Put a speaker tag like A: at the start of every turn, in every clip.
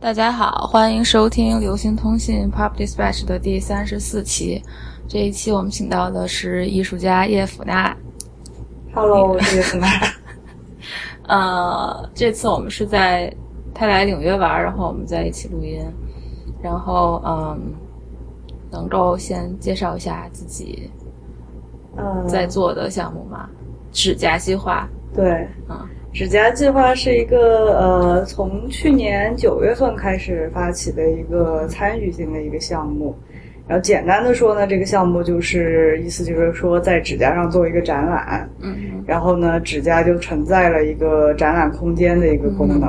A: 大家好，欢迎收听《流行通信 Pop Dispatch》的第三十四期。这一期我们请到的是艺术家叶甫娜。
B: Hello，我是叶甫娜。
A: 呃，这次我们是在他来纽约玩，然后我们在一起录音。然后，嗯，能够先介绍一下自己
B: 嗯，
A: 在做的项目吗？指甲计划，
B: 对，
A: 嗯，
B: 指甲计划是一个呃，从去年九月份开始发起的一个参与性的一个项目。然后简单的说呢，这个项目就是意思就是说在指甲上做一个展览，
A: 嗯
B: 然后呢，指甲就承载了一个展览空间的一个功能。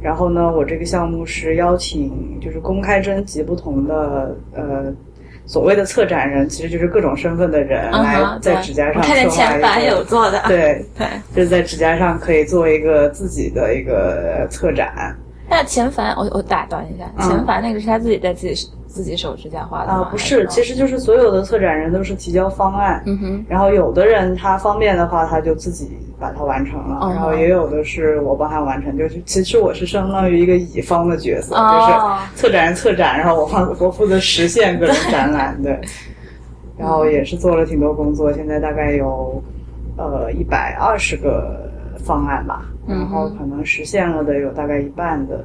B: 然后呢，我这个项目是邀请就是公开征集不同的呃所谓的策展人，其实就是各种身份的人
A: 嗯
B: 来
A: 哼，
B: 在
A: 对
B: 指甲
A: 我
B: 上
A: 看见
B: 策划
A: 前
B: 一
A: 板
B: 个
A: 有做的，
B: 对，
A: 对。
B: 就是在指甲上可以做一个自己的一个策展
A: 那前凡，我我打断一下，
B: 嗯
A: 前凡那个是他自己在自己自己手指甲画的
B: 啊
A: 吗，
B: 不是，其
A: 实，
B: 实就是所有的策展人都是提交方案，
A: 嗯哼，
B: 然后有的人他方便的话，他就自己把它完成了，
A: 哦
B: 然后也有的是我帮他完成，就是其实我是相当于一个乙方的角色，
A: 哦
B: 就是策展人策展，然后我帮我负责实现各种展览，对，
A: 嗯
B: 然后也是做了挺多工作，现在大概有呃一百二十个方案吧，
A: 嗯哼
B: 然后可能实现了的有大概一半的。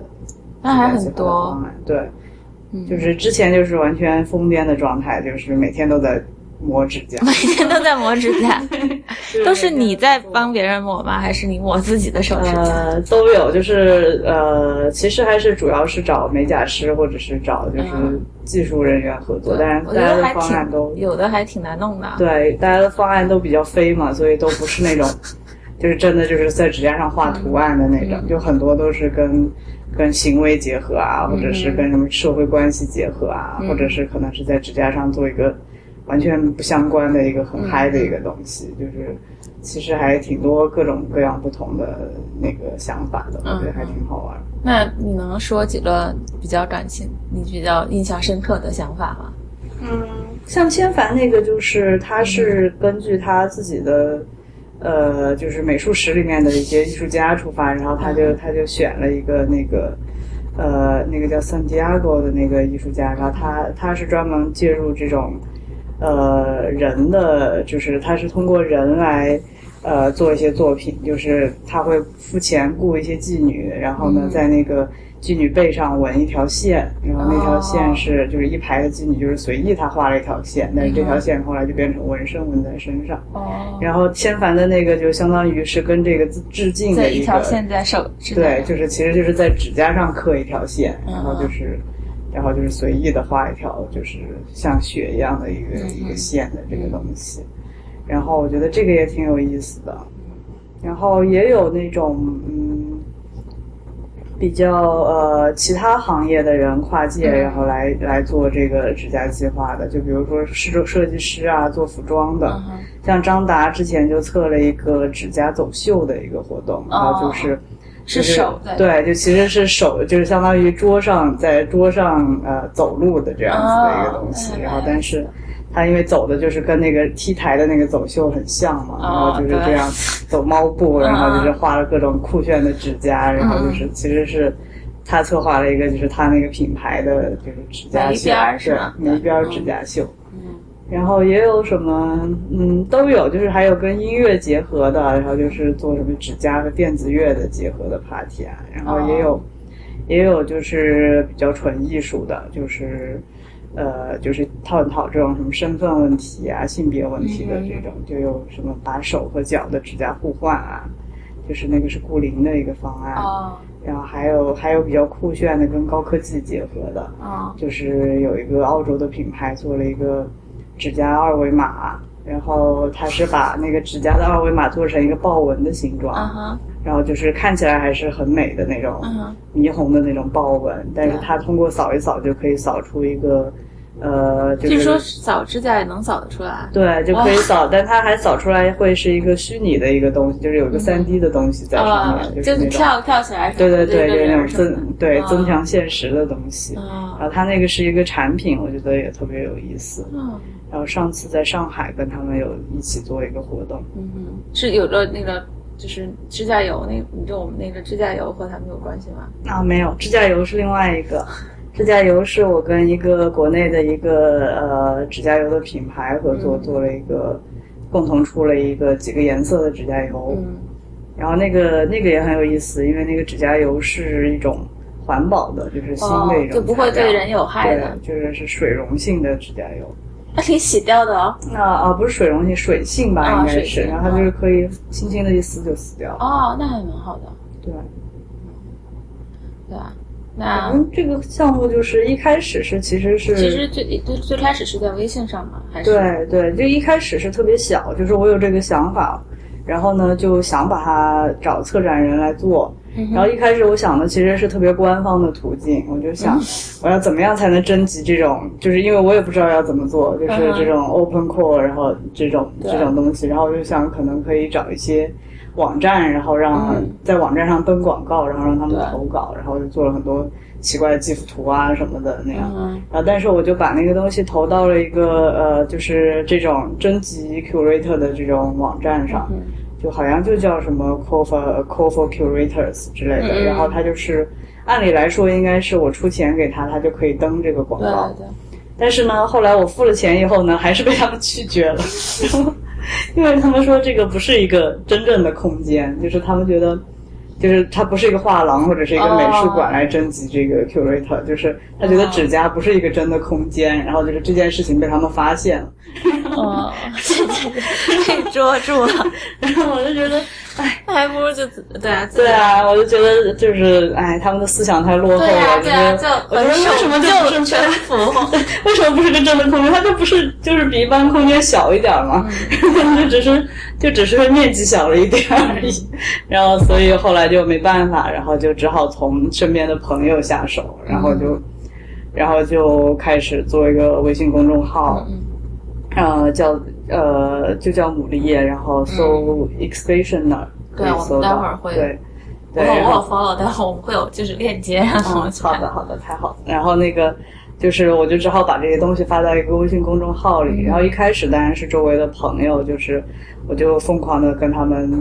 A: 那还很多，。
B: 对，
A: 嗯
B: 就是之前就是完全疯癫的状态，就是每天都在磨指甲，
A: 每天都在磨指 甲，都是你在帮别人磨吗？还是你磨自己的手指甲？
B: 呃都有，就是呃，其实还是主要是找美甲师或者是找就是
A: 嗯
B: 技术人员合作，
A: 对
B: 但是
A: 我
B: 大
A: 觉
B: 家
A: 得
B: 的
A: 还
B: 方案都
A: 挺有的，还挺难弄的。
B: 对，大家的方案都比较飞嘛，所以都不是那种，就是真的就是在指甲上画图案的那种，就很多都是跟跟行为结合啊，或者是跟什么社会关系结合啊，或者是可能是在指甲上做一个完全不相关的一个很嗨的一个东西，就是其实还挺多各种各样不同的那个想法的，我觉得还挺好玩儿。
A: 那你能说几个比较感情、你比较印象深刻的想法吗？
B: 嗯，像千帆那个，就是他是根据他自己的，呃，就是美术史里面的一些艺术家出发，然后他就他就选了一个那个，呃，那个叫 Santiago 的那个艺术家，然后他他是专门介入这种，呃，人的，就是他是通过人来。呃，做一些作品，就是他会付钱雇一些妓女，然后呢，在那个妓女背上纹一条线，然后那条线
A: 哦
B: 是。是就是一排的妓女，就是随意他画了一条线，但是这
A: 嗯
B: 条线后来就变成纹身纹在身上。
A: 哦，
B: 然后千帆的那个就相当于是跟这个致致敬
A: 在
B: 的
A: 一
B: 个，
A: 条线在手指甲
B: 对，
A: 上，
B: 就是其实就是在指甲上刻一条线，
A: 嗯
B: 然后就是，然后就是随意的画一条，就是像血一样的一
A: 嗯
B: 个、一个线的这个东西。然后我觉得这个也挺有意思的，然后也有那种嗯。比较呃，其他行业的人跨界，
A: 嗯
B: 然后来来做这个指甲计划的，就比如说设设计师啊，做服装的，
A: 嗯哼
B: 像张达之前就测了一个指甲走秀的一个活动，然后
A: 哦
B: 就是
A: 是
B: 就是
A: 手在
B: 对，就其实是手，就是相当于桌上在桌上呃走路的这样子的一个东西，
A: 哦
B: 然后但是他因为走的就是跟那个 T 台的那个走秀很像嘛，然
A: 哦
B: 后就是这样走猫步，然
A: 嗯
B: 后就是画了各种酷炫的指甲，然后就是其实是。他策划了一个，就是他那个品牌的就是指甲
A: 每一
B: 秀，
A: 边儿是
B: 对
A: 吗
B: 每一边儿
A: 嗯
B: 指甲秀，
A: 嗯
B: 然后也有什么，嗯，都有，就是还有跟音乐结合的，然后就是做什么指甲和电子乐的结合的 party 啊，然后也有，也有就是比较纯艺术的，就是，呃，就是探讨这种什么身份问题啊、性别问题的这种，就有什么把手和脚的指甲互换啊，就是那个是顾灵的一个方案，
A: 哦
B: 然后还有还有比较酷炫的跟高科技结合的，
A: 哦
B: 就是有一个澳洲的品牌做了一个指甲二维码，然后它是把那个指甲的二维码做成一个豹纹的形状，
A: 啊哈
B: 然后就是看起来还是很美的那种
A: 嗯
B: 霓虹的那种豹纹，但是它通过扫一扫就可以扫出一个，呃，就
A: 据
B: 是
A: 说扫指甲也能扫得出来，
B: 对，就可以扫，但它还扫出来会是一个虚拟的一个东西，就是
A: 嗯
B: 有个三 D 的东西在上
A: 啊
B: 面，，
A: 就是
B: 那
A: 你
B: 种。
A: 跳跳起来什
B: 对
A: 么
B: 对
A: 的，
B: 对，
A: 就
B: 就是是那
A: 人
B: 种
A: 什么
B: 增
A: 的
B: 对
A: 啊
B: 增强现实的东西。然
A: 啊
B: 后它那个是一个产品，我觉得也特别有意思。
A: 嗯
B: 然后上次在上海跟他们有一起做一个活动，
A: 嗯，是有个那个就是指甲油那，你对我们那个指甲油和他们有关系吗？
B: 啊，没有，指甲油是另外一个。指甲油是我跟一个国内的一个呃指甲油的品牌合作，
A: 嗯
B: 做了一个共同出了一个几个颜色的指甲油。
A: 嗯
B: 然后那个那个也很有意思，因为那个指甲油是一种环保的，就是新的一种材料、
A: 哦就不会对人有害的
B: 对就是是水溶性的指甲油。
A: 那可以洗掉的哦。
B: 那啊，不是水溶性，水性吧，
A: 啊
B: 应该
A: 水
B: 是。
A: 性
B: 然后它就是可以轻轻的一撕就撕掉。
A: 哦，那还蛮好的，
B: 对，
A: 对吧？
B: 反
A: 那
B: 正这个项目就是一开始是其实是
A: 其实最最最开始是在微信上嘛，还是
B: 对对，就一开始是特别小，就是我有这个想法，然后呢就想把它找策展人来做。
A: 嗯哼
B: 然后一开始我想的其实是特别官方的途径，我就
A: 嗯
B: 想我要怎么样才能征集这种，就是因为我也不知道要怎么做，就是
A: 嗯哼
B: 这种 open call，然后这种
A: 对
B: 这种东西，然后我就想可能可以找一些网站，然后让、
A: 嗯
B: 在网站上登广告，然后让他们
A: 对
B: 投稿，然后我就做了很多奇怪的 GIF 图啊什么的那样。
A: 嗯
B: 然后但是我就把那个东西投到了一个呃，就是这种征集 curator 的这种网站上，
A: 嗯
B: 就好像就叫什么 call for call for curators 之类的。
A: 嗯嗯
B: 然后他就是，按理来说应该是我出钱给他，他就可以登这个广
A: 对
B: 告。
A: 对对，
B: 但是呢，后来我付了钱以后呢，还是被他们拒绝了， 因为他们说这个不是一个真正的空间，就是他们觉得，就是它不是一个画廊或者是一个美术馆
A: 哦
B: 来征集这个 curator，、就是他觉得指甲不是一个真的空间，然后就是这件事情被他们发现了，
A: 哦，被捉住了，
B: 然后我就觉得，
A: 那还不如就自对啊，自
B: 对啊，我就觉得就是，哎，他们的思想太落后了，
A: 对啊，
B: 我觉
A: 对啊，
B: 得，
A: 就
B: 我觉得
A: 很守
B: 为什么就
A: 旧
B: 不是真
A: 臣服，
B: 为什么不是个真的空间？它就不是就是比一般空间小一点儿嘛，
A: 嗯
B: 就只是就只是面积小了一点而已。
A: 嗯
B: 然后所以后来就没办法，然后就只好从身边的朋友下手，
A: 嗯
B: 然后就、然后就开始做一个微信公众号，
A: 嗯
B: 呃叫呃就叫牡蛎叶，然后搜 expressioner、可
A: 嗯对
B: 以
A: 我们
B: 搜
A: 待
B: 到
A: 会儿会
B: 对。
A: 我
B: 对，
A: 有
B: 然
A: 我
B: 后
A: 有 follow，但我们会有就是链接，然后
B: 嗯
A: 我，去
B: 好
A: 看
B: 的，好的，太好了。然后那个就是，我就只好把这些东西发到一个微信公众号里。然后一开始当然是周围的朋友，就是我就疯狂的跟他们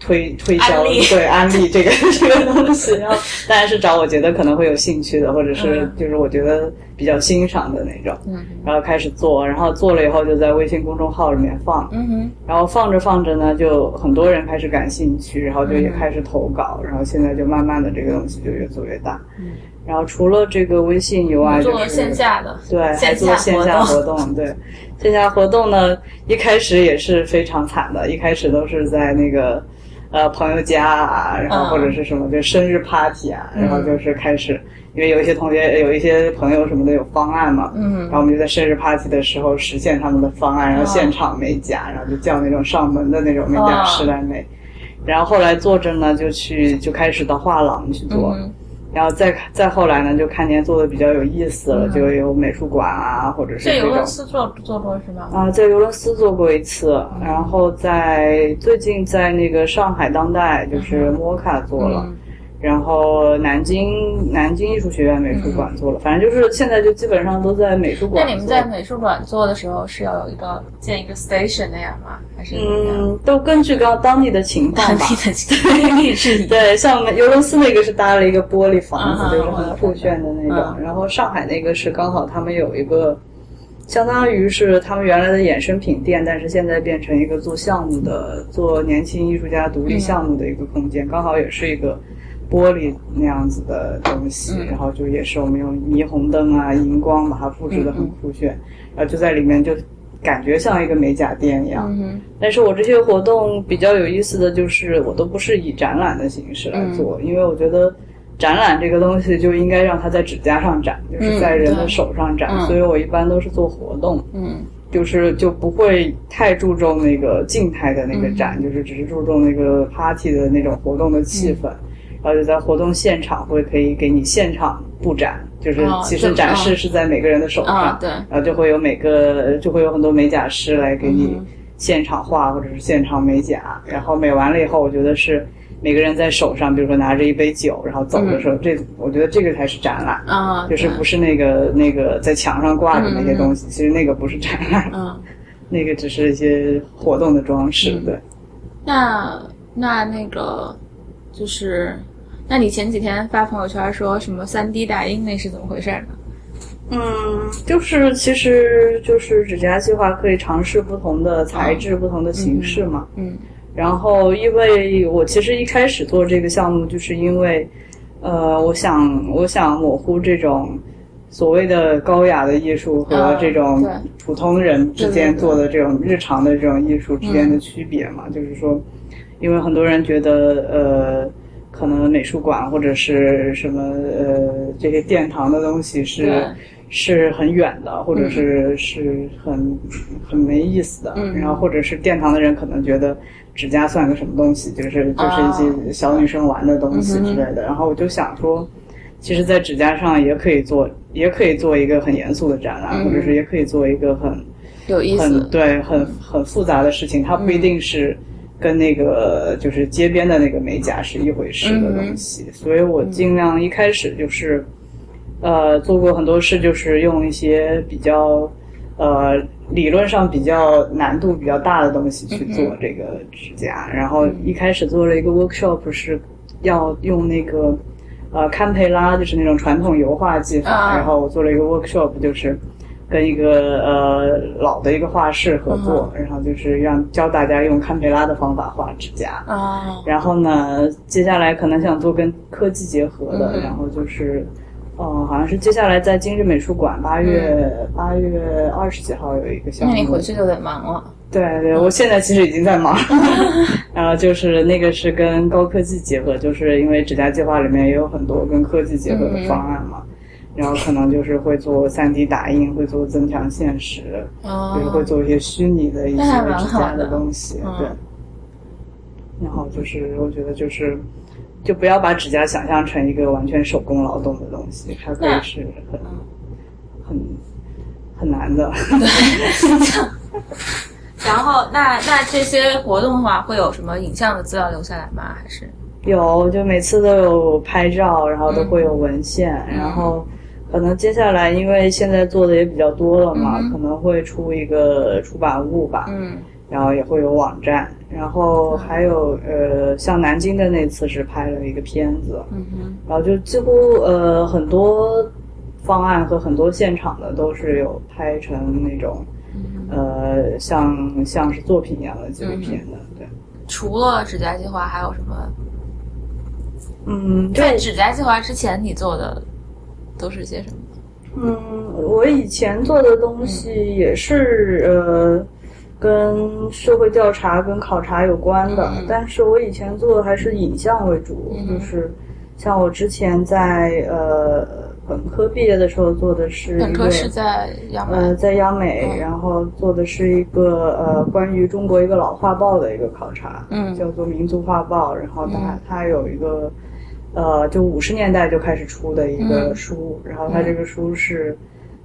B: 推推销，
A: 安利
B: 对安利 这个这个东西。然后当然是找我觉得可能会有兴趣的，或者是
A: 嗯
B: 就是我觉得比较欣赏的那种。
A: 嗯
B: 然后开始做，然后做了以后就在微信公众号里面放。
A: 嗯哼，
B: 然后放着放着呢，就很多人开始感兴趣，然后就
A: 嗯
B: 也开始投稿，然后现在就慢慢的这个东西就越做越大。
A: 嗯
B: 然后除了这个微信以外，就
A: 做
B: 是
A: 线下的，
B: 对，还
A: 线
B: 做
A: 下
B: 线
A: 活
B: 下
A: 动
B: 活动，对，线下活动呢，一开始也是非常惨的，一开始都是在那个呃朋友家啊，然后
A: 嗯
B: 或者是什么，就生日 party 啊，
A: 嗯
B: 然后就是开始，因为有一些同学、有一些朋友什么的有方案嘛，
A: 嗯
B: 然后我们就在生日 party 的时候实现他们的方案，然后现场美甲，然后就叫那种上门的那种美甲师来
A: 哦
B: 美。然后后来坐着呢，就去就开始到画廊去做，
A: 嗯
B: 然后再再后来呢，就看见做的比较有意思
A: 嗯
B: 了，就有美术馆啊，或者是
A: 这
B: 这
A: 游
B: 种
A: 乐司做做过是吗？
B: 啊，在尤伦斯做过一次，然后在最近在那个上海当代就是摩卡做了，
A: 嗯
B: 然后南京南京艺术学院美术馆做了，反正就是现在就基本上都在美术
A: 嗯那
B: 馆做。
A: 你们在美术馆做的时候是要有一个建一个 station 那样吗？还是怎么样？
B: 嗯，都根据刚当地的情况吧。
A: 地的经历是一
B: 对，像尤伦斯那个是搭了一个玻璃房子，
A: 嗯
B: 就是很酷炫的那种。
A: 嗯
B: 然后上海那个是刚好他们有一个，相当于是他们原来的衍生品店，但是现在变成一个做项目的、做年轻艺术家独
A: 嗯
B: 立项目的一个空间，刚好也是一个。玻璃那样子的东西，
A: 嗯
B: 然后就也是我们用霓虹灯啊、荧光把它布置的
A: 嗯
B: 很酷炫，然后就在里面就感觉像一个美甲店一样。
A: 嗯哼，
B: 但是我这些活动比较有意思的就是，我都不是以展览的形式来
A: 嗯
B: 做，因为我觉得展览这个东西就应该让它在指甲上展，就是在人的手上展，
A: 嗯嗯对嗯
B: 所以我一般都是做活动，
A: 嗯
B: 就是就不会太注重那个静态的那个展，
A: 嗯
B: 就是只是注重那个 party 的那种活动的气氛，
A: 嗯
B: 然后就在活动现场会可以给你现场布展，就是
A: 哦
B: 其
A: 这
B: 实
A: 么
B: 展
A: 哦
B: 示是在每个人的手上，
A: 啊对，
B: 然后就会有每个就会有很多美甲师来给你
A: 嗯
B: 现场画或者是现场美甲，然后美完了以后，我觉得是每个人在手上，比如说拿着一杯酒，然后走的时候，这我觉得这个才是展览，
A: 啊，
B: 就是
A: 对
B: 不是那个那个在墙上挂的那些东西，其实那个不是展览，
A: 嗯，
B: 那个只是一些活动的装饰，对。
A: 那那那个就是，那你前几天发朋友圈说什么三 D 打印那是怎么回事呢？
B: 嗯，就是其实就是指甲计划可以尝试不同的材质、不同的形式嘛。
A: 嗯
B: 然后，因为我其实一开始做这个项目，就是因为，呃，我想我想模糊这种所谓的高雅的艺术和
A: 嗯
B: 这种
A: 对
B: 普通人之
A: 对
B: 间
A: 对对
B: 做的这种日常的这种艺术之间的区别
A: 嗯
B: 嘛，就是说，因为很多人觉得，呃，可能美术馆或者是什么呃这些殿堂的东西是。
A: 对
B: 是很远的，或者是、是很很没意思的。
A: 嗯
B: 然后或者是殿堂的人可能觉得指甲算个什么东西，就是就
A: 啊嗯
B: 是一些小女生玩的东西之类的。然后我就想说，其实，在指甲上也可以做，也可以做一个很严肃的展览，
A: 嗯
B: 或者是也可以做一个很
A: 有意
B: 很
A: 思。嗯
B: 对很很复杂的事情，它不一定是。跟那个就是街边的那个美甲是一回事的
A: 嗯
B: 东西，所以我尽量一开始就是，呃，做过很多事，就是用一些比较呃理论上比较难度比较大的东西去
A: 嗯
B: 做这个指甲。然后一开始做了一个 workshop，是要用那个呃堪培拉，就是那种传统油画技法。
A: 啊
B: 然后我做了一个 workshop，就是。跟一个呃老的一个画室合作，
A: 嗯
B: 然后就是让教大家用堪培拉的方法画指甲。
A: 啊，
B: 然后呢，接下来可能想做跟科技结合的，
A: 嗯
B: 然后就是，呃，好像是接下来在今日美术馆八月八、月二十几号有一个
A: 嗯
B: 项
A: 那
B: 目，
A: 你回去嗯就得忙了。
B: 对对，我现在其实已经 在忙，然后就是那个是跟高科技结合，就是因为指甲计划里面也有很多跟科技结合的
A: 嗯
B: 方案嘛，然后可能就是会做3 D 打印，会做增强现实，
A: 啊
B: 就是会做一些虚拟的一些
A: 那还蛮
B: 指
A: 好
B: 甲
A: 的
B: 东西，
A: 嗯
B: 对。然后就是我觉得就是，就不要把指甲想象成一个完全手工劳动的东西，它可以
A: 那嗯
B: 是很很很难的。
A: 然后那那这些活动的话，会有什么影像的资料留下来吗？还是
B: 有，就每次都有拍照，然后都会
A: 嗯
B: 有文献，然后可能接下来因为现在做的也比较多了嘛，
A: 嗯哼
B: 可能会出一个出版物吧，
A: 嗯
B: 然后也会有网站，然后还有呃，像南京的那次是拍了一个片子，
A: 嗯哼
B: 然后就几乎呃很多方案和很多现场的都是有拍成那种呃像像是作品一样的纪录片的，对，
A: 除了指甲计划，还有什么？
B: 嗯，就
A: 在指甲计划之前，你做的都是些什么？
B: 嗯，我以前做的东西也是呃，跟社会调查、跟考察有关的，
A: 嗯
B: 但是我以前做的还是影像为主，就是像我之前在呃本科毕业的时候做的是
A: 本
B: 一
A: 科嗯
B: 个
A: 是在央美
B: 呃，在央美，然后做的是一个呃关于中国一个老画报的一个考察，
A: 嗯
B: 叫做《民族画报》，然后它、它有一个呃，就五十年代就开始出的一个
A: 嗯
B: 书，然后它这个书是。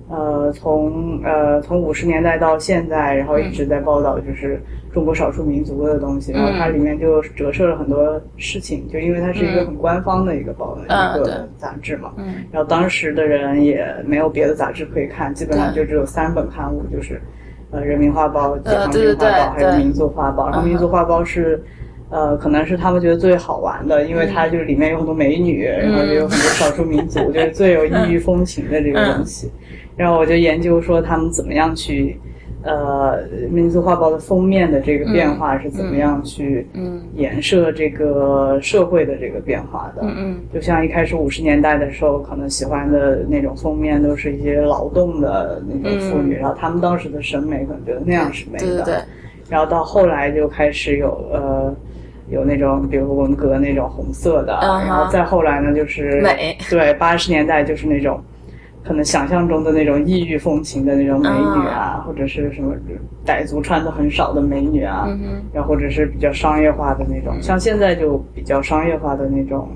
B: 呃，从呃从五十年代到现在，然后
A: 嗯
B: 一直在报道就是中国少数民族的东西，然后它里面就折射了很多事情，就因为它是一个
A: 嗯
B: 很官方的一个报、
A: 啊
B: 一
A: 对
B: 个杂志嘛，
A: 嗯
B: 然后当时的人也没有别的杂志可以看，基本上就只有三本刊物，就是呃《人民画报》《解放
A: 对
B: 军
A: 对
B: 画报》还有
A: 对
B: 《
A: 对
B: 民族画报》。然后
A: 嗯
B: 《
A: 哼
B: 民族画报》是呃，可能是他们觉得最好玩的，因为
A: 嗯
B: 它就是里面有很多美女，然后也有很多少数民族，就是最有
A: 嗯
B: 异域风情的这个东西。然后我就研究说他们怎么样去。呃，民族画报的封面的这个变化是怎么样去
A: 嗯
B: 衍射这个社会的这个变化的？
A: 嗯
B: 就像一开始五十年代的时候，可能喜欢的那种封面都是一些劳动的那种妇女，然后他们当时的审美可能觉得那样是美
A: 嗯对对
B: 的。
A: 对，
B: 然后到后来就开始有呃有那种比如文革那种红色的
A: 嗯哼
B: 然后再后来呢就是
A: 美
B: 对八十年代就是那种可能想象中的那种异域风情的那种美
A: 嗯
B: 女啊，或者是什么傣族穿的很少的美女啊，
A: 嗯哼
B: 然后或者是比较商业化的那种，像现在就比较商业化的那种，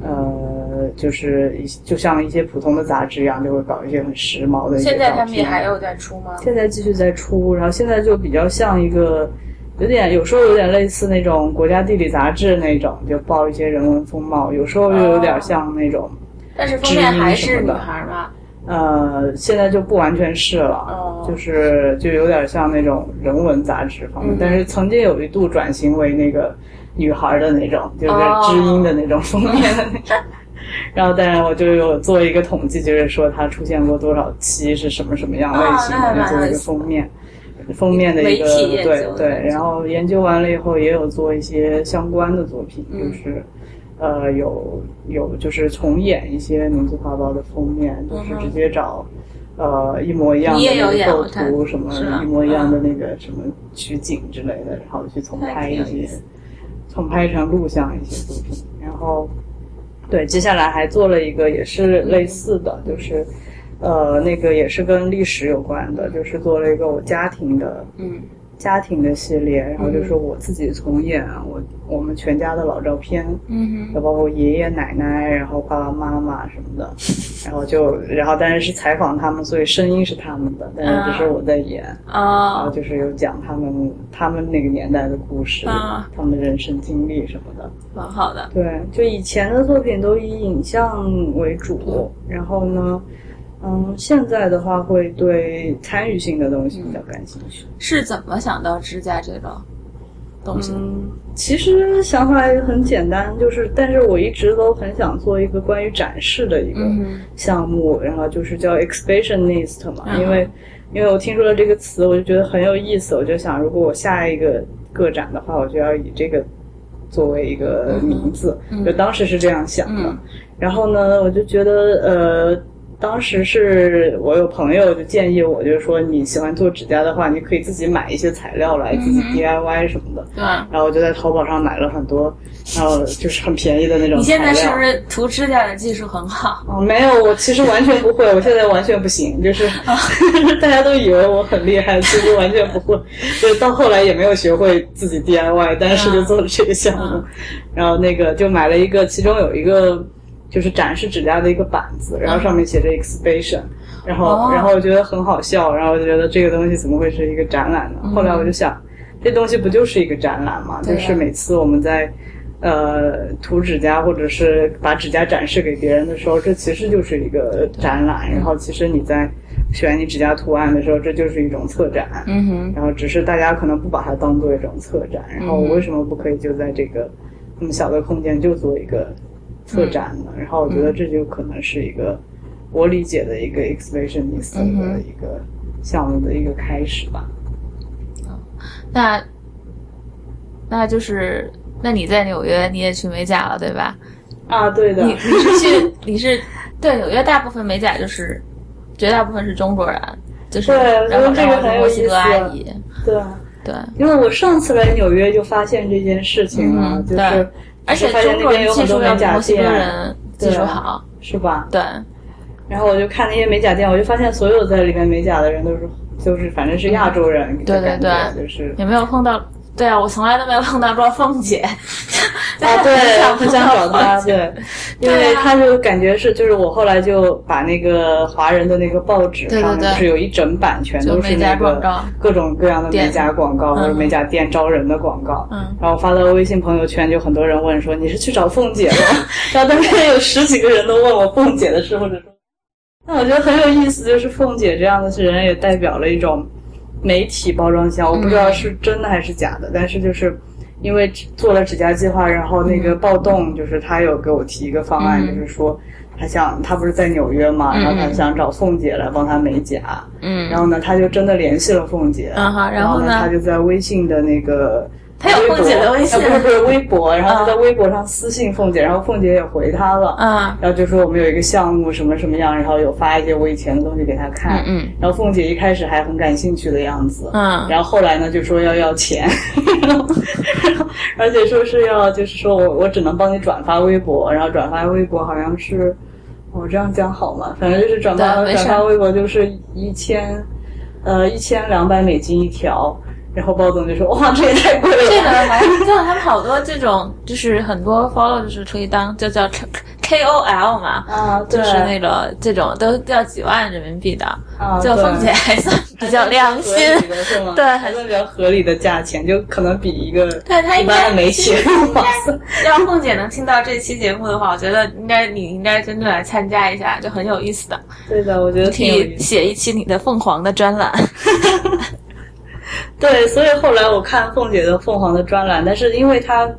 B: 呃，就是一就像一些普通的杂志一样，就会搞一些很时髦的一些
A: 现在
B: 照
A: 他们也
B: 片啊
A: 还有在出吗？
B: 现在继续在出，然后现在就比较像一个，有点有时候有点类似那种国家地理杂志那种，就报一些人文风貌，有时候又有
A: 啊
B: 点像那种，
A: 但是封面还是女孩嘛？
B: 呃，现在就不完全是了，
A: 哦
B: 就是就有点像那种人文杂志方面，
A: 嗯
B: 但是曾经有一度转型为那个。女孩的那种，就是知音的那种封面的那种。然后，但是我就有做一个统计，就是说它出现过多少期是什么什么样类型
A: 哦那还
B: 的，
A: 蛮
B: 就做一个封面，封面的一个
A: 媒体研究
B: 对
A: 的
B: 对
A: 那。种
B: 然后研究完了以后，也有做一些相关的作品，
A: 嗯
B: 就是呃有有就是重演一些民族画报的封面，就
A: 嗯
B: 是
A: 哼
B: 直接找。呃，一模一样的
A: 你也有
B: 那
A: 演
B: 个构
A: 我看
B: 图，什么
A: 是吗
B: 一模一样的
A: 嗯
B: 那个什么取景之类的，然后去重
A: 那
B: 拍
A: 挺
B: 一
A: 有意
B: 些
A: 思，
B: 重拍成录像一些作品。然后，对，接下来还做了一个也是类似的，就是呃，那个也是跟历史有关的，就是做了一个我家庭的
A: 嗯
B: 家庭的系列，然后就是我自己重演啊我我们全家的老照片，
A: 嗯
B: 就包括爷爷奶奶，然后爸爸妈妈什么的，然后就然后但是是采访他们，所以声音是他们的，但是只是我在演，
A: 哼
B: 然后
A: 啊哦，
B: 就是有讲他们他们那个年代的故事，
A: 啊
B: 他们的人生经历什么的。
A: 蛮好的，
B: 对，就以前的作品都以影像为主，然后呢，嗯，现在的话会对参与性的东西比较感兴趣。
A: 是怎么想到支架这种东西？
B: 嗯，其实想法也很简单，就是，但是我一直都很想做一个关于展示的一个
A: 嗯哼
B: 项目，然后就是叫 exhibitionist 嘛，
A: 嗯
B: 因为因为我听说了这个词，我就觉得很有意思，我就想，如果我下一个个展的话，我就要以这个作为一个名字，
A: 嗯
B: 就当时是这样想的。
A: 嗯
B: 然后呢，我就觉得呃。当时是我有朋友就建议我，就是说你喜欢做指甲的话，你可以自己买一些材料来自己
A: 嗯哼
B: DIY 什么的。
A: 对。
B: 然后我就在淘宝上买了很多，然后就是很便宜的那种材料。
A: 你现在是不是涂指甲的技术很好？
B: 哦，没有，我其实完全不会，我现在完全不行，就是
A: 啊
B: 大家都以为我很厉害，其实完全不会，就是到后来也没有学会自己 DIY，但是就做了这个项目，
A: 嗯
B: 然后那个就买了一个，其中有一个就是展示指甲的一个板子，然后上面写着 exhibition，然后、
A: 嗯哦
B: 然后我觉得很好笑，然后我就觉得这个东西怎么会是一个展览呢？后来我就想，这东西不就是一个展览嘛，
A: 嗯对
B: 就
A: 啊
B: 是每次我们在。呃涂指甲或者是把指甲展示给别人的时候，这其实就是一个展览。然后其实你在选你指甲图案的时候，这就是一种策展。
A: 嗯哼，
B: 然后只是大家可能不把它当做一种策展，然后
A: 嗯
B: 我为什么不可以就在这个那么小的空间就做一个策
A: 嗯
B: 展呢？然后我觉得这就可能是一个我理解的一个 exhibitionist
A: 嗯
B: 的
A: 哼
B: 一个项目的一个开始吧。
A: 那那就是，那你在纽约你也去美甲了对吧？
B: 啊，对的
A: 你，你是去你是对纽约大部分美甲就是绝大部分是中国人，就是
B: 对我觉
A: 然后
B: 得这个
A: 然后
B: 很
A: 是
B: 有
A: 墨西
B: 意思
A: 哥阿姨，
B: 对啊，
A: 对，
B: 因为我上次来纽约就发现这件事情了，
A: 嗯
B: 就是
A: 对而且
B: 就发现
A: 中
B: 那
A: 国
B: 边
A: 人
B: 有
A: 技
B: 很多
A: 术要
B: 美
A: 比
B: 甲
A: 墨西哥
B: 店，啊
A: 人技术好，
B: 是吧？
A: 对，
B: 然后我就看那些美甲店，我就发现所有在里面美甲的人都是，就是反正是亚洲人的
A: 对
B: 感
A: 对
B: 觉，
A: 对
B: 就是
A: 也没有碰到。对啊，我从来都没有碰到过凤姐。
B: 啊， 对，我很
A: 很
B: 想
A: 碰到
B: 找他，
A: 凤 姐
B: 对，因为
A: 啊
B: 他就感觉是，就是我后来就把那个华人的那个报纸
A: 对对
B: 上面
A: 对
B: 就是有一整版全
A: 就
B: 都是
A: 美
B: 那
A: 甲
B: 个
A: 广告
B: 各种各样的美
A: 店
B: 甲广告或者
A: 嗯
B: 美甲店招人的广告，
A: 嗯
B: 然后发到微信朋友圈，就很多人问说你是去找凤姐吗？ 然后当时有十几个人都问我凤姐的事，或者说，那我觉得很有意思，就是凤姐这样的人也代表了一种媒体包装箱，我不知道是
A: 嗯
B: 真的还是假的，但是就是。因为做了指甲计划，然后那个暴动就是他有给我提一个方案，
A: 嗯
B: 就是说他想他不是在纽约嘛，
A: 嗯
B: 然后他想找凤姐来帮他美甲，
A: 嗯
B: 然后呢他就真的联系了凤姐，
A: 嗯好然
B: 然
A: 后呢
B: 他就在微信的那个。
A: 他有凤姐的微信
B: 啊不是不是微博，然后他
A: 啊
B: 在微博上私信凤姐，然后凤姐也回他了，
A: 啊
B: 然后就说我们有一个项目什么什么样，然后有发一些我以前的东西给他看，
A: 嗯嗯
B: 然后凤姐一开始还很感兴趣的样子，
A: 嗯
B: 然后后来呢就说要要钱， 然后而且说是要就是说我我只能帮你转发微博，然后转发微博好像是我这样讲好吗？反正就是转发
A: 对没
B: 转
A: 事
B: 发微博就是一千呃一千两百美金一条。然后包总就说：“哇，这也太贵了吧！”
A: 这个还就他们好多这种，就是很多 follow 就是可以当就叫 K- K O L 嘛，
B: 啊，对
A: 就是那个这种都要几万人民币的，
B: 啊，
A: 就
B: 对
A: 凤姐还算比较良心。
B: 还算比较合理的是吗
A: 对
B: 还算比较合理的价钱，就可能比一个
A: 对他
B: 一
A: 应该
B: 般的媒体划算。
A: 要凤姐能听到这期节目的话，我觉得应该你应该真正来参加一下，就很有意思的，
B: 对的，我觉得
A: 可
B: 挺有
A: 以
B: 意思。
A: 写一期你的凤凰的专栏。
B: 对，所以后来我看凤姐的凤凰的专栏，但是因为她，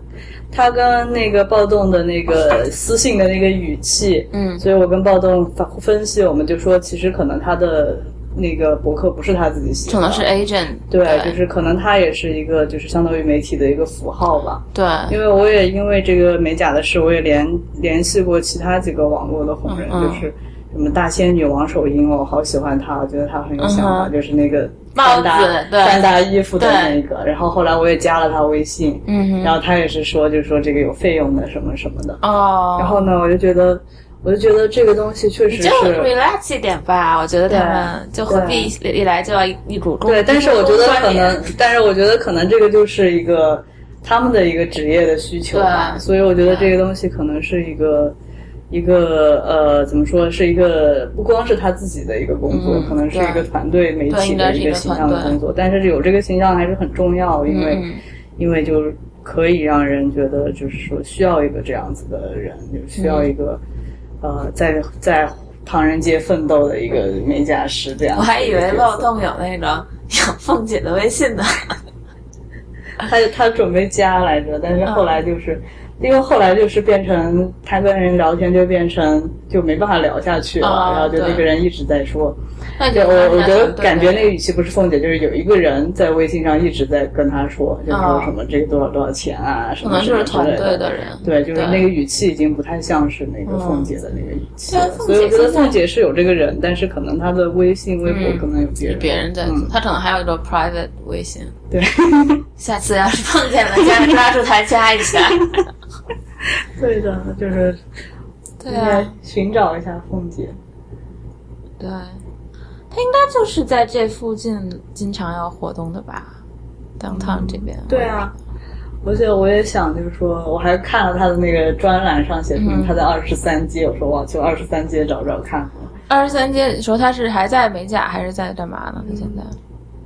B: 她跟那个暴动的那个私信的那个语气，
A: 嗯
B: 所以我跟暴动分析，我们就说其实可能她的那个博客不是她自己写的，
A: 可能是 agent，
B: 对，就
A: 对
B: 是可能她也是一个就是相当于媒体的一个符号吧。
A: 对
B: 因为我也因为这个美甲的事，我也联联系过其他几个网络的红人，
A: 嗯嗯
B: 就是什么大仙女王守英，我好喜欢她，我觉得她很有想
A: 嗯
B: 法，
A: 哼
B: 就是那个
A: 帽子
B: 穿搭
A: 对
B: 穿搭衣服的那个。然后后来我也加了她微信，
A: 嗯哼
B: 然后她也是说，就是说这个有费用的什么什么的。
A: 哦，
B: 然后呢，我就觉得，我就觉得这个东西确实
A: 就是 relax 一点吧，我觉得他们就何必一来就要一一股
B: 对，但是我觉得可
A: 观点
B: 能，但是我觉得可能这个就是一个他们的一个职业的需求吧，
A: 对
B: 所以我觉得这个东西可能是一个一个呃，怎么说，是一个不光是他自己的一个工作，
A: 嗯
B: 可能是一个
A: 对
B: 团队媒
A: 对
B: 体
A: 应该
B: 的
A: 是
B: 一
A: 一个
B: 形象的
A: 团队
B: 工作，但是有这个形象还是很重要，因为、
A: 嗯
B: 因为就是可以让人觉得就是说需要一个这样子的人，就需要
A: 嗯
B: 一个、呃，在在。唐人街奋斗的一个美甲师，这
A: 嗯
B: 样
A: 我
B: 子
A: 还
B: 的一
A: 以
B: 个角色。
A: 为漏洞有那个有凤姐的微信呢。
B: 他他准备加来着，但是后来
A: 嗯
B: 就是，因为后来就是变成他跟人聊天就变成就没办法聊下去了，
A: 啊
B: 然后就那个
A: 对
B: 人一直在说，
A: 那
B: 就
A: 就
B: 我我觉得感觉那个
A: 个
B: 语气不是凤姐，就是有一个人在微信上一直在跟他说，就是说
A: 啊
B: 什么这个多少多少钱啊，什
A: 可
B: 么
A: 能
B: 什
A: 就
B: 么
A: 是
B: 之
A: 团
B: 类
A: 队
B: 的。
A: 的人，
B: 对，就是那个语气已经不太像是那个凤姐的那个语气了，
A: 嗯对凤
B: 所以
A: 姐
B: 我觉得
A: 现在
B: 凤姐是有这个人，但是可能她的微信、微博
A: 嗯
B: 可能有别人，
A: 别人在做
B: 嗯，
A: 他可能还有一个 private 微信。
B: 对。
A: 下次要是碰见了， 家里抓住他加一下。
B: 对的，就是
A: 对
B: 应
A: 啊
B: 该，寻找一下凤姐。
A: 对，他应该就是在这附近经常要活动的吧，downtown 这边。
B: 对啊，而且我也想，就是说，我还看了他的那个专栏上写什么，
A: 嗯
B: 他在二十三街，我说我要去二十三街找找看，
A: 二十三街，你说他是还在美甲还是在干嘛呢？他现在？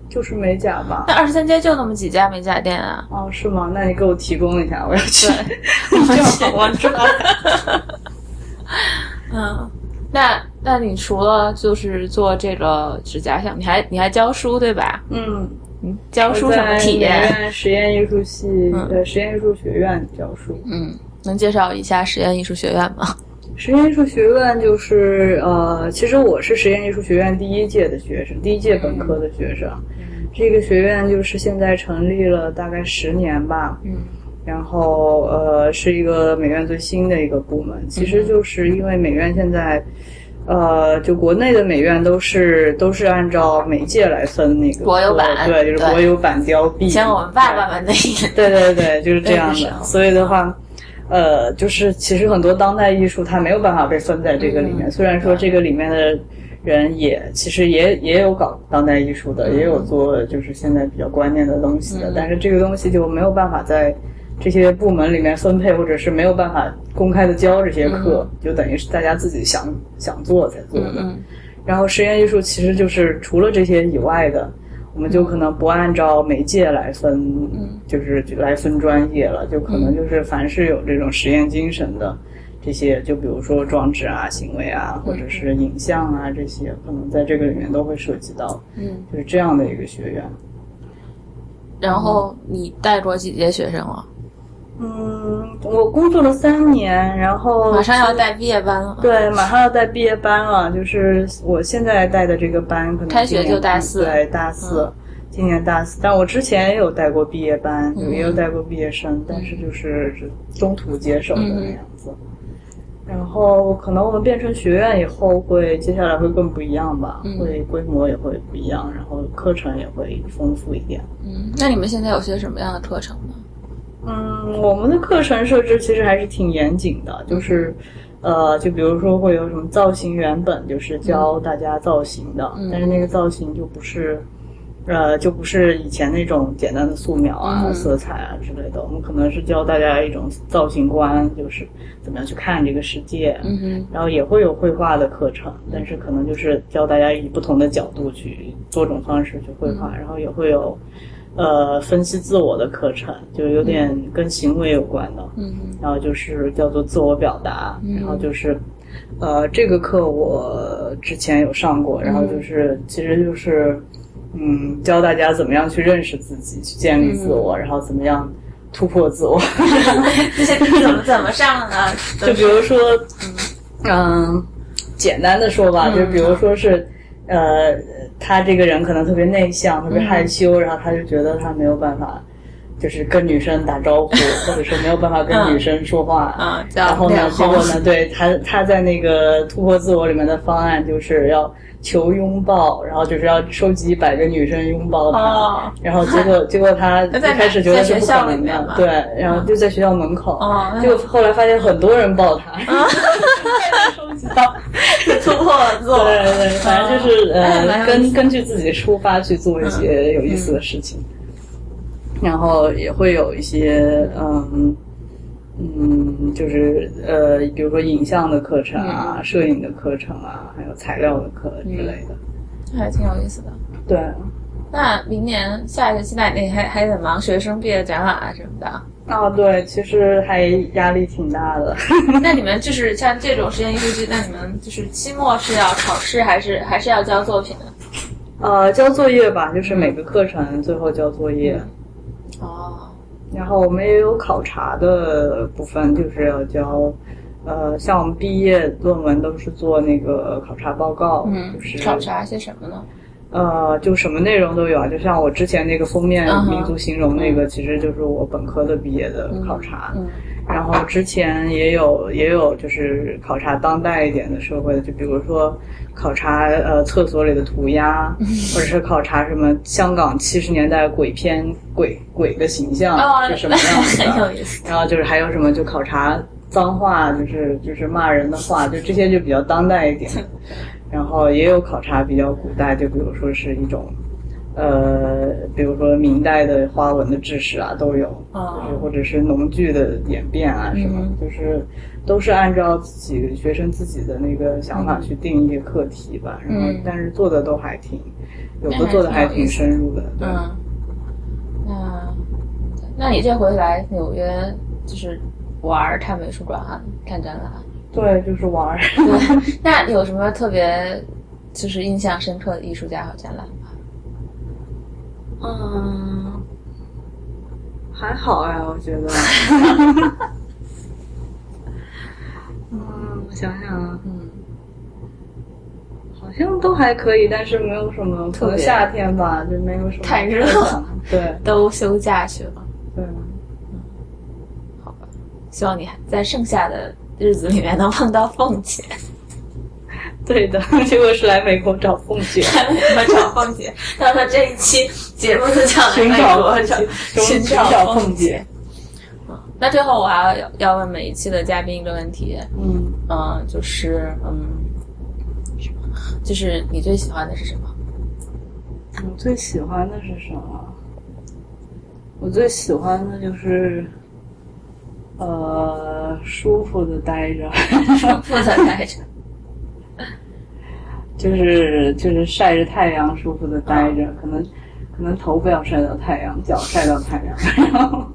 B: 就是美甲吧。
A: 那二十三街就那么几家美甲店啊？
B: 哦，是吗？那你给我提供一下，我要去，
A: 对
B: 正好我抓。
A: 嗯，那那你除了就是做这个指甲项，你还你还教书对吧？
B: 嗯，
A: 你教书
B: 我
A: 什
B: 在
A: 么体
B: 美
A: 验？
B: 院实验艺术系，呃，实验艺术学院教书。
A: 嗯，能介绍一下实验艺术学院吗？
B: 实验艺术学院就是呃，其实我是实验艺术学院第一届的学生，第一届本科的学生。
A: 嗯
B: 嗯这个学院就是现在成立了大概十年吧，
A: 嗯
B: 然后呃是一个美院最新的一个部门。其实就是因为美院现在，呃，就国内的美院都是都是按照媒介来分那个
A: 国有版
B: 对，就是
A: 对
B: 国有版凋敝。
A: 以前我们爸爸们那一代，
B: 对对对，就是这样
A: 认识
B: 的
A: 啊。
B: 所以的话，呃，就是其实很多当代艺术它没有办法被分在这个里面，
A: 嗯
B: 虽然说这个里面的。人也其实也也有搞当代艺术的，
A: 嗯
B: 也有做就是现在比较观念的东西的，但是这个东西就没有办法在这些部门里面分配，或者是没有办法公开的教这些课，就等于是大家自己想想做才做的。
A: 嗯
B: 然后实验艺术其实就是除了这些以外的，我们就可能不按照媒介来分，就是来分专业了，就可能就是凡是有这种实验精神的。这些就比如说装置啊、行为啊，或者是影像啊，这些可能在这个里面都会涉及到，
A: 嗯。
B: 就是这样的一个学院。
A: 然后你带过几届学生了？
B: 嗯，我工作了三年，然后
A: 马上要带毕业班了。
B: 对，马上要带毕业班了，就是我现在带的这个班，可能
A: 开学
B: 今年
A: 就大四嗯
B: 对，大四，今年大四。但我之前也有带过毕业班，
A: 嗯
B: 也有带过毕业生，但是就是中途接手的那样子。
A: 嗯
B: 然后可能我们变成学院以后会，接下来会更不一样吧，
A: 嗯
B: 会规模也会不一样，然后课程也会丰富一点。
A: 嗯，那你们现在有些什么样的课程呢？
B: 嗯，我们的课程设置其实还是挺严谨的，就是，呃，就比如说会有什么造型原本就是教大家造型的，但是那个造型就不是，呃，就不是以前那种简单的素描啊、
A: 嗯
B: 色彩啊之类的，我们可能是教大家一种造型观，就是怎么样去看这个世界，啊
A: 嗯哼，
B: 然后也会有绘画的课程，但是可能就是教大家以不同的角度去多种方式去绘画，然后也会有呃分析自我的课程，就有点跟行为有关的，
A: 嗯哼，
B: 然后就是叫做自我表达，
A: 嗯
B: 然后就是呃这个课我之前有上过，然后就是其实就是。嗯，教大家怎么样去认识自己，去建立自我，然后怎么样突破自我。
C: 这些课怎么怎么上 呢？
B: 就比如说，嗯，简单的说吧，就比如说是，呃，他这个人可能特别内向，特别害羞，然后他就觉得他没有办法，就是跟女生打招呼，或者说没有办法跟女生说话。
A: 嗯
C: 啊，
B: 然
C: 叫
B: 后呢
C: 脸，
B: 结
C: 红
B: 果 呢，对他他在那个突破自我里面的方案就是要求拥抱，然后就是要收集一百个女生拥抱他。
C: 哦
B: 然后 结果结果他一
C: 在哪
B: 开始觉得是不
C: 在学
B: 可
C: 校里
B: 能
C: 面吗
B: 的，对，然后就在学校门口，
C: 哦那
B: 结果后来发现很多人抱他，收集
C: 哦
B: 到，
C: 突破自
B: 对
C: 我。
B: 对对，反正就是
C: 哎蛮
B: 呃，
C: 有意
B: 根
C: 思
B: 根据自己出发去做一些有意思的事情，
C: 嗯
B: 然后也会有一些嗯嗯，就是呃，比如说影像的课程啊、
C: 嗯
B: 摄影的课程啊，还有材料的课之类的，
A: 还挺有意思的。
B: 对。
A: 那明年下一学期，那你还还得忙学生毕业展览啊什么的。
B: 啊，对，其实还压力挺大的。
A: 那你们就是像这种实验艺术剧，那你们就是期末是要考试，还是还是要交作品的？
B: 呃，交作业吧，就是每个课程最后交作业，
A: 哦，
B: 然后我们也有考察的部分，就是要交，呃，像我们毕业论文都是做那个考察报告，
A: 嗯
B: 就是，
A: 考察些什么呢？
B: 呃，就什么内容都有啊，就像我之前那个封面
A: 嗯哼
B: 民族形容那个，其实就是我本科的毕业的考察，
A: 嗯
B: 然后之前也有也有就是考察当代一点的社会的，就比如说考察呃厕所里的涂鸦，
A: 嗯
B: 或者是考察什么香港七十年代鬼片鬼鬼的形象
A: 哦
B: 啊是什么样子
A: 很有
B: 的
A: 意思，
B: 然后就是还有什么就考察脏话，就是就是骂人的话，就这些就比较当代 一点。然后也有考察比较古代，就比如说是一种。呃，比如说明代的花纹的制式啊，都有，
A: 哦
B: 就是或者是农具的演变啊什么，
A: 嗯
B: 就是都是按照自己学生自己的那个想法去定义课题吧。然后
A: 嗯，
B: 但是做的都还挺，有
A: 那
B: 的
A: 还
B: 做的还
A: 挺有意
B: 挺
A: 思
B: 深入的。对，
A: 嗯，那嗯那你这回来纽约就是玩儿看美术馆、看展览，
B: 对，就是玩儿。
A: 对， 那有什么特别就是印象深刻的艺术家和展览吗？
B: 嗯，还好呀、我觉 得。嗯，我想想啊，
A: 嗯，
B: 好像都还可以，但是没有什么，可
A: 特
B: 能
A: 别
B: 夏天吧，就没有什么
A: 太热了。
B: 对
A: 都休假去了，
B: 对，
A: 希望你在剩下的日子里面能碰到凤 姐，
B: 对的， 结果是来美国找凤姐，
A: 我们找凤姐。他说这一期节目就叫
B: 寻
A: 美
B: 找
A: 国
B: 凤
A: 找
B: 姐，
A: 寻
B: 寻找
A: 凤
B: 凤姐。。
A: 那最后我还要要问每一期的嘉宾一个问题，
B: 嗯，
A: 嗯、就是嗯，就是你最喜欢的是什 么？
B: 我最喜欢的是什么？我最喜欢的就是，呃，舒服的待着。
A: 负责待着。
B: 就是就是晒着太阳，舒服的待着，可能可能头不要晒到太阳，脚晒到太阳，然后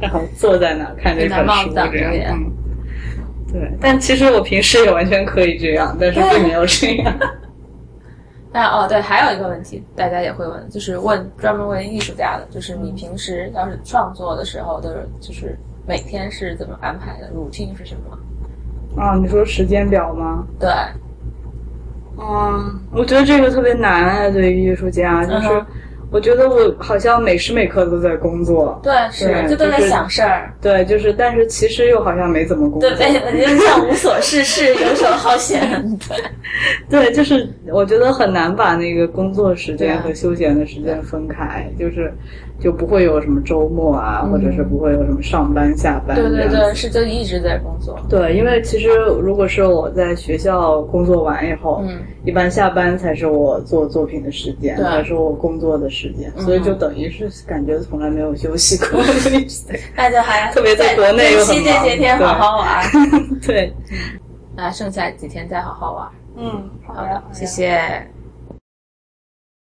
B: 然后坐在那儿看这本书
A: 有点忘
B: 这样
A: 了也。
B: 嗯对，但其实我平时也完全可以这样，但是并没有这样。
A: 那哦，对，还有一个问题，大家也会问，就是问专门问艺术家的，就是
B: 嗯
A: 你平时要是创作的时候的，就是每天是怎么安排的？routine 是什么？
B: 啊，你说时间表吗？
A: 对，
B: 嗯，我觉得这个特别难啊，对于艺术家，就
A: 嗯
B: 是
A: 哼
B: 我觉得我好像每时每刻都在工作。
A: 对，是，
B: 对
A: 就都在
B: 就是
A: 想事儿，
B: 对，就是，但是其实又好像没怎么工作。
A: 对，哎被感觉像无所事事、游手好闲。 对，
B: 对，就是我觉得很难把那个工作时
A: 对
B: 间
A: 啊
B: 和休闲的时间分开，就是就不会有什么周末啊，或者是不会有什么上班下班这
A: 嗯对
B: 样子。
A: 对对，是就一直在工作。
B: 对，因为其实如果是我在学校工作完以后，
A: 嗯
B: 一般下班才是我做作品的时间，
A: 对
B: 才是我工作的时间，所以就等于是感觉从来没有休息过，就一 直在
A: 那就还
B: 特别在国内又
A: 珍
B: 很
A: 惜这
B: 忙
A: 些天好好玩儿，
B: 对，
A: 那剩下几天再好好玩儿。
B: 嗯，好
A: 好的，谢谢。